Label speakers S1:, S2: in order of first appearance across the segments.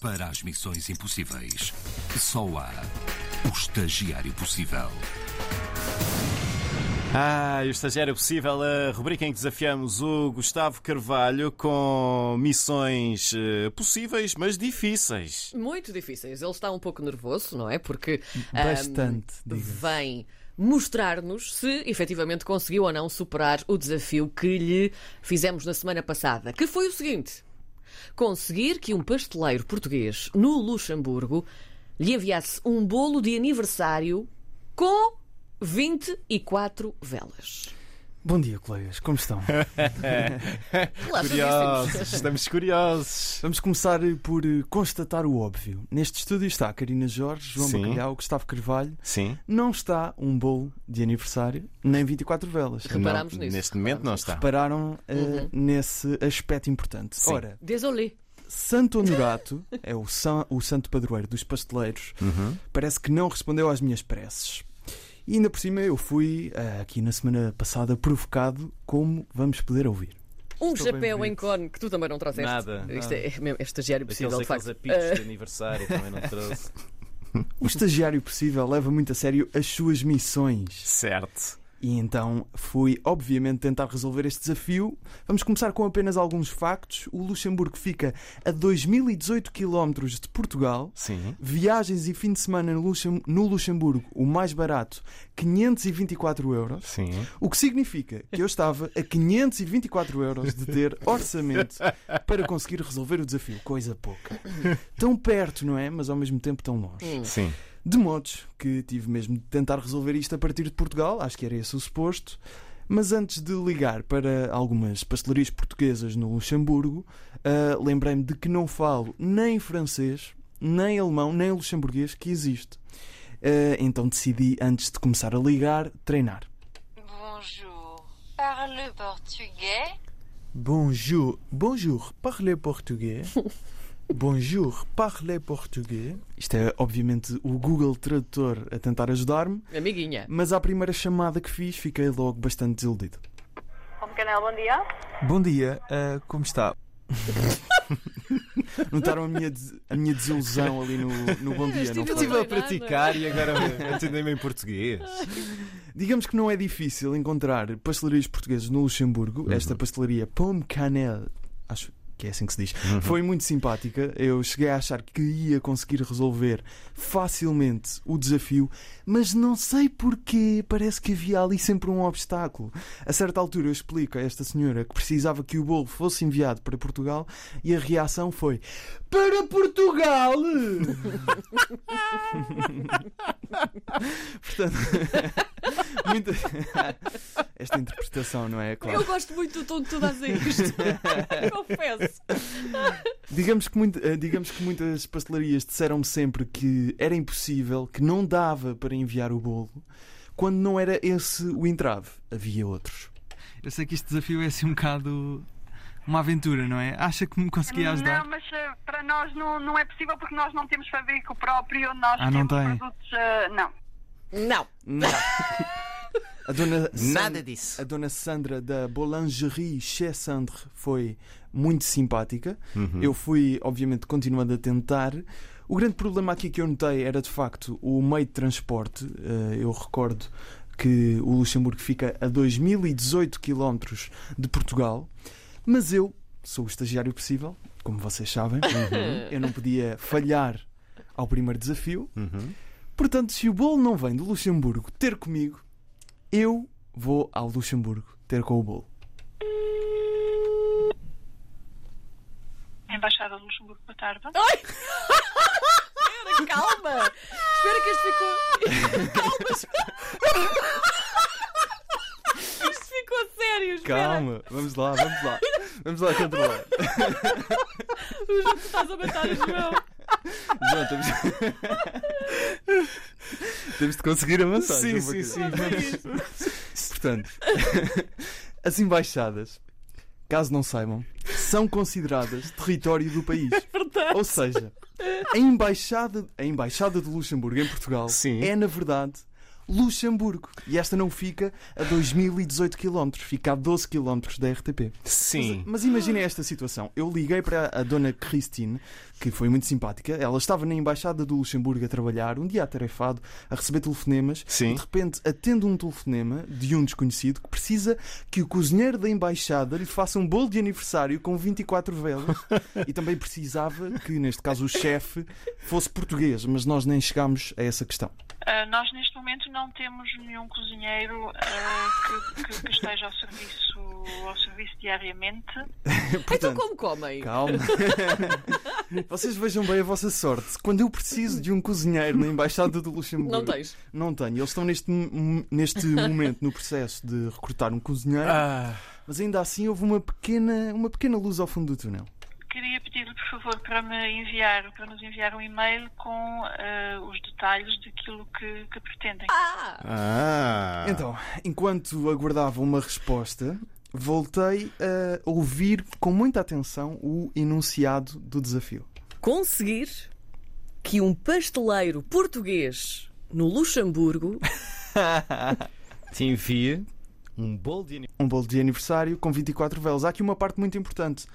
S1: Para as missões impossíveis, só há o estagiário possível.
S2: Ah, e o Estagiário Possível, a rubrica em que desafiamos o Gustavo Carvalho com missões eh, possíveis, mas difíceis.
S3: Muito difíceis. Ele está um pouco nervoso, não é? Porque ahm,
S4: Bastante, diga-se.
S3: vem mostrar-nos se efetivamente conseguiu ou não superar o desafio que lhe fizemos na semana passada, que foi o seguinte: conseguir que um pasteleiro português no Luxemburgo lhe enviasse um bolo de aniversário com 24 velas.
S4: Bom dia, colegas, como estão?
S3: é assim.
S2: Curiosos, estamos curiosos.
S4: Vamos começar por eh, constatar o óbvio. Neste estúdio está Karina Jorge, João
S2: Sim.
S4: Bacalhau, Gustavo Carvalho.
S2: Sim.
S4: Não está um bolo de aniversário, nem 24 velas.
S3: Reparámos
S2: Não,
S3: nisso.
S2: Neste momento não está.
S4: Repararam eh, nesse aspecto importante.
S2: Sim.
S4: Ora,
S3: Désolé.
S4: Santo Honorato é o, san- o santo padroeiro dos pasteleiros.
S2: Uhum.
S4: Parece que não respondeu às minhas preces. E ainda por cima eu fui eh, aqui na semana passada provocado como vamos poder ouvir.
S3: Um
S4: Estou bem
S3: chapéu em
S4: bonito.
S3: cone que tu também não trouxeste.
S2: Nada,
S3: Isto é, é, mesmo- é estagiário
S2: Aqueles,
S3: possível, de
S2: aqueles
S3: facto.
S2: apitos de aniversário também não trouxe.
S4: O estagiário possível leva muito a sério as suas missões.
S2: Certo.
S4: E então fui, obviamente, tentar resolver este desafio. Vamos começar com apenas alguns factos. O Luxemburgo fica a 2018 km de Portugal.
S2: Sim.
S4: Viagens e fim de semana no Luxem- no Luxemburgo, o mais barato, 524 euros.
S2: Sim.
S4: O que significa que eu estava a 524 euros de ter orçamento para conseguir resolver o desafio. Coisa pouca. Tão perto, não é? Mas ao mesmo tempo tão longe.
S2: Sim.
S4: De modos que tive mesmo de tentar resolver isto a partir de Portugal, acho que era esse o suposto. Mas antes de ligar para algumas pastelarias portuguesas no Luxemburgo, ah, lembrei-me de que não falo nem francês, nem alemão, nem luxemburguês que existe. Ah, então decidi, antes de começar a ligar, treinar.
S5: Bonjour. Parle portugais
S6: Bonjour, bonjour, parlez portugais. Bonjour, parlez portugais.
S4: Isto é, obviamente, o Google Tradutor a tentar ajudar-me,
S3: Ah, Amiguinha.
S4: mas à primeira chamada que fiz fiquei logo bastante desiludido.
S7: Como canal, bom dia.
S6: Bom dia, ah, como está?
S4: Notaram a minha, des- a minha desilusão ali no, no Bom Dia, não
S3: estive ali-
S4: foi?
S2: Estive a praticar e agora atendei-me em português.
S4: Digamos que não é difícil encontrar pastelarias portuguesas no Luxemburgo. Esta pastelaria Pomme Canel, acho que é assim que se diz, foi muito simpática. Eu cheguei a achar que ia conseguir resolver facilmente o desafio, mas não sei porquê, parece que havia ali sempre um obstáculo. A certa altura eu explico a esta senhora que precisava que o bolo fosse enviado para Portugal e a reação foi: Para Portugal! Portanto, muita... esta interpretação, não é? Claro.
S3: Eu gosto muito do tom que tu dás a isto. Confesso.
S4: Digamos que, muito- eh, digamos que muitas pastelarias disseram-me sempre que era impossível, que não dava para enviar o bolo, quando não era esse o entrave. Havia outros.
S8: Eu sei que este desafio é assim um bocado uma aventura, não é? Acha que me conseguia ajudar?
S7: Não, mas eh, para nós não, não é possível porque nós não temos fabrico próprio, nós
S8: Ah, não
S7: temos
S8: tem?
S7: produtos. eh, não.
S3: Não.
S4: A dona
S2: Nada
S4: San-
S2: disso.
S4: A dona Sandra da Boulangerie Chez Sandre foi muito simpática. Eu fui, obviamente, continuando a tentar. O grande problema aqui que eu notei era, de facto, o meio de transporte. Eh, eu recordo que o Luxemburgo fica a 2018 km de Portugal. Mas eu sou o estagiário possível, como vocês sabem. Eu não podia falhar ao primeiro desafio. Portanto, se o bolo não vem do Luxemburgo ter comigo, eu vou ao Luxemburgo ter com o bolo.
S7: Embaixada de Luxemburgo, boa tarde.
S3: Espera, calma. Espera que este ficou. calma. espera. Isto ficou a sério. Espera.
S4: Calma, vamos lá, vamos lá. Vamos lá controlar.
S3: Tu já te estás a matar o João.
S4: João, temos... temos de conseguir um avançar.
S2: Sim,
S4: João
S2: sim,
S4: Bacalhau.
S2: sim.
S4: Portanto, as embaixadas, caso não saibam, são consideradas território do país.
S2: É
S4: Ou seja, a embaixada, a embaixada de Luxemburgo em Portugal
S2: Sim.
S4: é, na verdade, Luxemburgo. E esta não fica a 2018 km, fica a 12 km da RTP.
S2: Sim.
S4: Mas imaginem esta situação. Eu liguei para a dona Christine, que foi muito simpática. Ela estava na embaixada do Luxemburgo a trabalhar, um dia atarefado, a receber telefonemas.
S2: Sim.
S4: E de repente atende um telefonema de um desconhecido que precisa que o cozinheiro da embaixada lhe faça um bolo de aniversário com 24 velas. e também precisava que, neste caso, o chefe fosse português, mas nós nem chegámos a essa questão.
S7: Ah, nós neste momento não temos nenhum cozinheiro ah, que, que- que esteja ao serviço, ao serviço diariamente.
S3: Então
S4: Portanto,
S3: como comem?
S4: Calma. Vocês vejam bem a vossa sorte. Quando eu preciso de um cozinheiro na Embaixada do Luxemburgo.
S3: Não tens.
S4: Não tenho. Eles estão neste, mo- neste momento no processo de recrutar um cozinheiro, mas ainda assim houve uma pequena, uma pequena luz ao fundo do túnel.
S7: Queria pedir-lhe, por favor, para me enviar, para nos enviar um e-mail com ah, os detalhes daquilo que, que pretendem.
S3: Ah!
S2: Ah.
S4: Então, enquanto aguardava uma resposta, voltei a ouvir com muita atenção o enunciado do desafio.
S3: conseguir que um pasteleiro português no Luxemburgo
S2: Te envia um bolo de anim-
S4: um bolo de aniversário com 24 velas. Há aqui uma parte muito importante.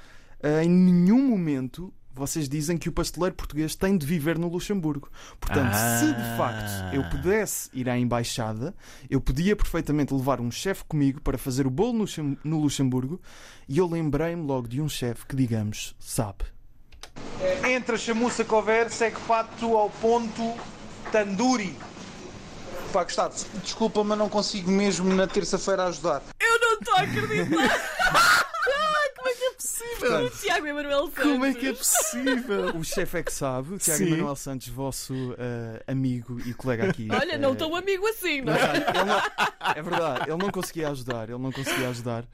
S4: Ah, em nenhum momento vocês dizem que o pasteleiro português tem de viver no Luxemburgo. Portanto,
S2: Ah.
S4: se de facto eu pudesse ir à embaixada, eu podia perfeitamente levar um chefe comigo para fazer o bolo no Xem- no Luxemburgo e eu lembrei-me logo de um chefe que, digamos, sabe.
S9: Entre a chamuça que houver, segue pato ao ponto Tanduri. Pá, Gustavo, desculpa, mas não consigo mesmo na terça-feira ajudar.
S3: eu não estou a acreditar. Como é que é possível? O Tiago Emanuel Santos.
S2: Como é que é possível?
S4: O chefe é que sabe, Tiago
S2: Sim.
S4: Manuel Santos, vosso ah, amigo e colega aqui.
S3: Olha,
S4: ah,
S2: É.
S3: não tão amigo assim, não
S4: Mas,
S3: é?
S4: olha, ele não- é verdade, ele não conseguia ajudar, ele não conseguia ajudar.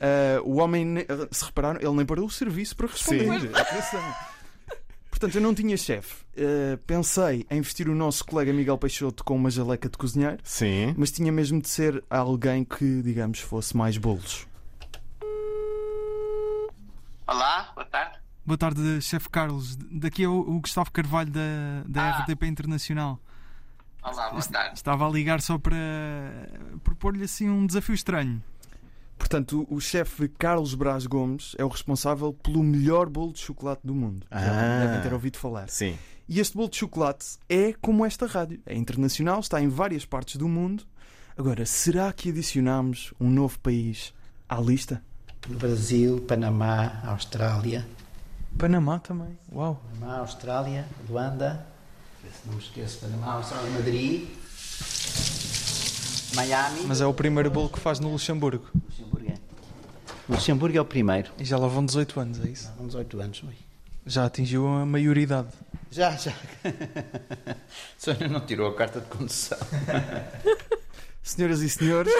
S4: Ah, o homem, ne- se repararam, ele nem parou o serviço para responder. É Atenção. Portanto, eu não tinha chefe. Ah, pensei em vestir o nosso colega Miguel Peixoto com uma jaleca de cozinheiro,
S2: Sim.
S4: mas tinha mesmo de ser alguém que, digamos, fosse mais bolos.
S10: Olá, boa tarde.
S8: Boa tarde, chefe Carlos. Daqui é o o Gustavo Carvalho da, da RTP Internacional.
S10: Olá, Ah. boa tarde.
S8: Estava a ligar só para eh, propor-lhe assim um desafio estranho.
S4: Portanto, o, o chefe Carlos Brás Gomes é o responsável pelo melhor bolo de chocolate do mundo. Já
S2: Ah.
S4: Devem ter ouvido falar.
S2: Sim.
S4: E este bolo de chocolate é como esta rádio. É internacional, está em várias partes do mundo. Agora, será que adicionamos um novo país à lista?
S10: Brasil, Panamá, Austrália.
S6: Panamá também. Uau.
S10: Panamá, Austrália, Luanda. Não me esqueço, Panamá, Austrália, Madrid. Miami.
S6: Mas é o primeiro bolo que faz no Luxemburgo.
S10: Luxemburgo. é. Luxemburgo é o primeiro.
S6: E já lá vão 18 anos, é isso?
S10: Com 18 anos, ui.
S6: Já atingiu a maioridade.
S10: Já, já. Sónia não tirou a carta de condução.
S4: Senhoras e senhores,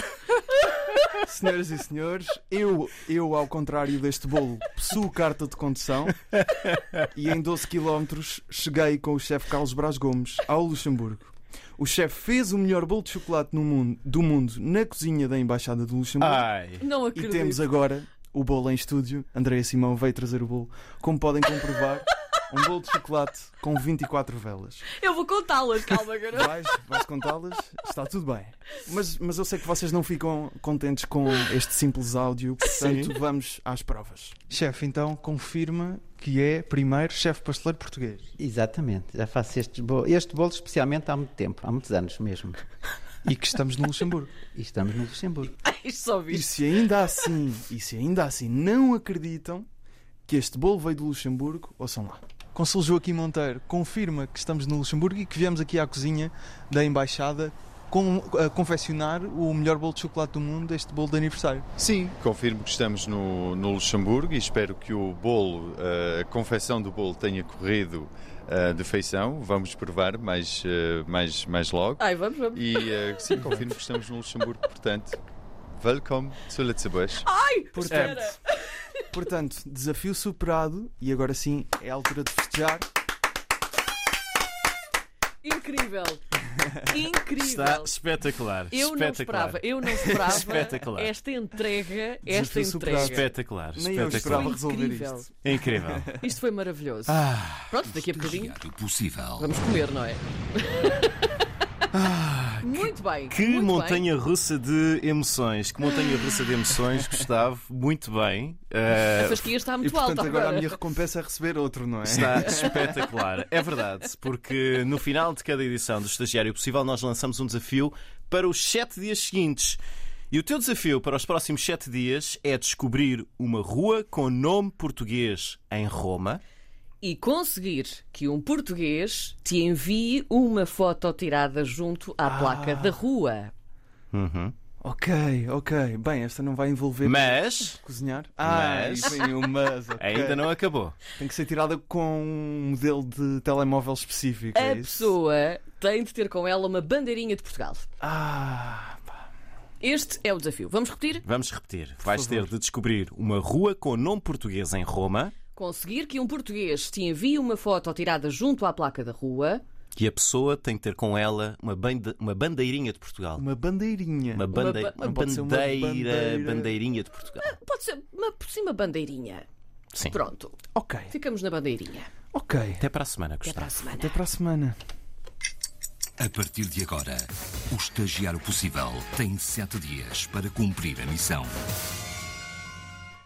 S4: senhoras e senhores, eu, eu ao contrário deste bolo, possuo carta de condução e em 12 quilómetros cheguei com o chefe Carlos Brás Gomes ao Luxemburgo. O chefe fez o melhor bolo de chocolate no mundo, do mundo na cozinha da Embaixada do Luxemburgo.
S2: Ai.
S3: Não
S4: E
S3: acredito.
S4: temos agora o bolo em estúdio. Andréia Simão veio trazer o bolo. Como podem comprovar, um bolo de chocolate com 24 velas.
S3: Eu vou contá-las, calma, garoto.
S4: Vais, vais contá-las, está tudo bem. Mas, mas eu sei que vocês não ficam contentes com este simples áudio, portanto vamos às provas.
S6: Chefe, então confirma que é primeiro chefe pasteleiro português.
S10: Exatamente, já faço este bolo, este bolo especialmente há muito tempo, há muitos anos mesmo.
S6: E que estamos no Luxemburgo.
S10: E estamos no Luxemburgo.
S3: Isto só
S4: E
S3: viste.
S4: se ainda assim, e se ainda assim não acreditam que este bolo veio do Luxemburgo, ouçam lá.
S6: Consul Joaquim Monteiro confirma que estamos no Luxemburgo e que viemos aqui à cozinha da Embaixada com, a confeccionar o melhor bolo de chocolate do mundo, este bolo de aniversário.
S11: Sim, confirmo que estamos no, no Luxemburgo e espero que o bolo, eh, a confecção do bolo tenha corrido eh, de feição. Vamos provar mais, eh, mais, mais logo.
S3: Ai, vamos, vamos.
S11: E eh, sim, confirmo que estamos no Luxemburgo, portanto, welcome to Letzebusch.
S3: Ai,
S4: Portanto,
S3: espera.
S4: portanto, desafio superado e agora sim é a altura de festejar.
S3: Incrível. Incrível.
S2: Está espetacular.
S3: Eu não
S2: espetacular.
S3: esperava, eu não esperava
S2: Espetacular.
S3: esta entrega, esta
S4: Desafio superado.
S3: entrega.
S2: Espetacular.
S4: Nem eu esperava
S2: Espetacular.
S4: resolver
S3: Incrível.
S4: isto. Ah,
S2: É Incrível.
S3: Isto foi maravilhoso. Pronto, daqui a bocadinho
S1: Estagiário possível.
S3: vamos comer, não é?
S4: Ah,
S3: muito bem.
S2: Que
S3: muito bem.
S2: montanha russa de emoções, que montanha russa de emoções, Gustavo, muito bem.
S3: A
S2: Eh,
S3: fasquia está
S4: E
S3: muito
S4: portanto
S3: alta
S4: agora a minha recompensa é receber outro, não é?
S2: Está espetacular. É verdade, porque no final de cada edição do Estagiário Possível nós lançamos um desafio para os sete dias seguintes. E o teu desafio para os próximos sete dias é descobrir uma rua com nome português em Roma.
S3: E conseguir que um português te envie uma foto tirada junto
S4: Ah.
S3: à placa da rua.
S4: Ok, ok. Bem, esta não vai envolver
S2: Mas-
S4: cozinhar. Ah,
S2: Mas-
S4: e vem o mas. ok.
S2: Ainda não acabou.
S4: Tem que ser tirada com um modelo de telemóvel específico.
S3: A
S4: é isso?
S3: pessoa tem de ter com ela uma bandeirinha de Portugal.
S4: Ah,
S3: Este é o desafio. Vamos repetir?
S2: Vamos repetir. Vais ter de descobrir uma rua com nome português em Roma
S3: Conseguir que um português te envie uma foto tirada junto à placa da rua.
S2: e a pessoa tem de ter com ela uma, bande- uma bandeirinha de Portugal.
S4: Uma bandeirinha.
S2: Uma, bande-
S3: ba-
S2: uma
S3: Não
S4: pode ser uma
S2: bandeira,
S4: bandeira.
S2: bandeirinha de Portugal.
S3: Pode ser uma por cima bandeirinha.
S2: Sim.
S3: Pronto.
S4: Ok,
S3: Ficamos na bandeirinha.
S4: ok.
S2: Até para a semana,
S3: Até para a
S2: Gustavo.
S3: semana.
S4: Até para a semana.
S1: A partir de agora, o Estagiário Possível tem sete dias para cumprir a missão.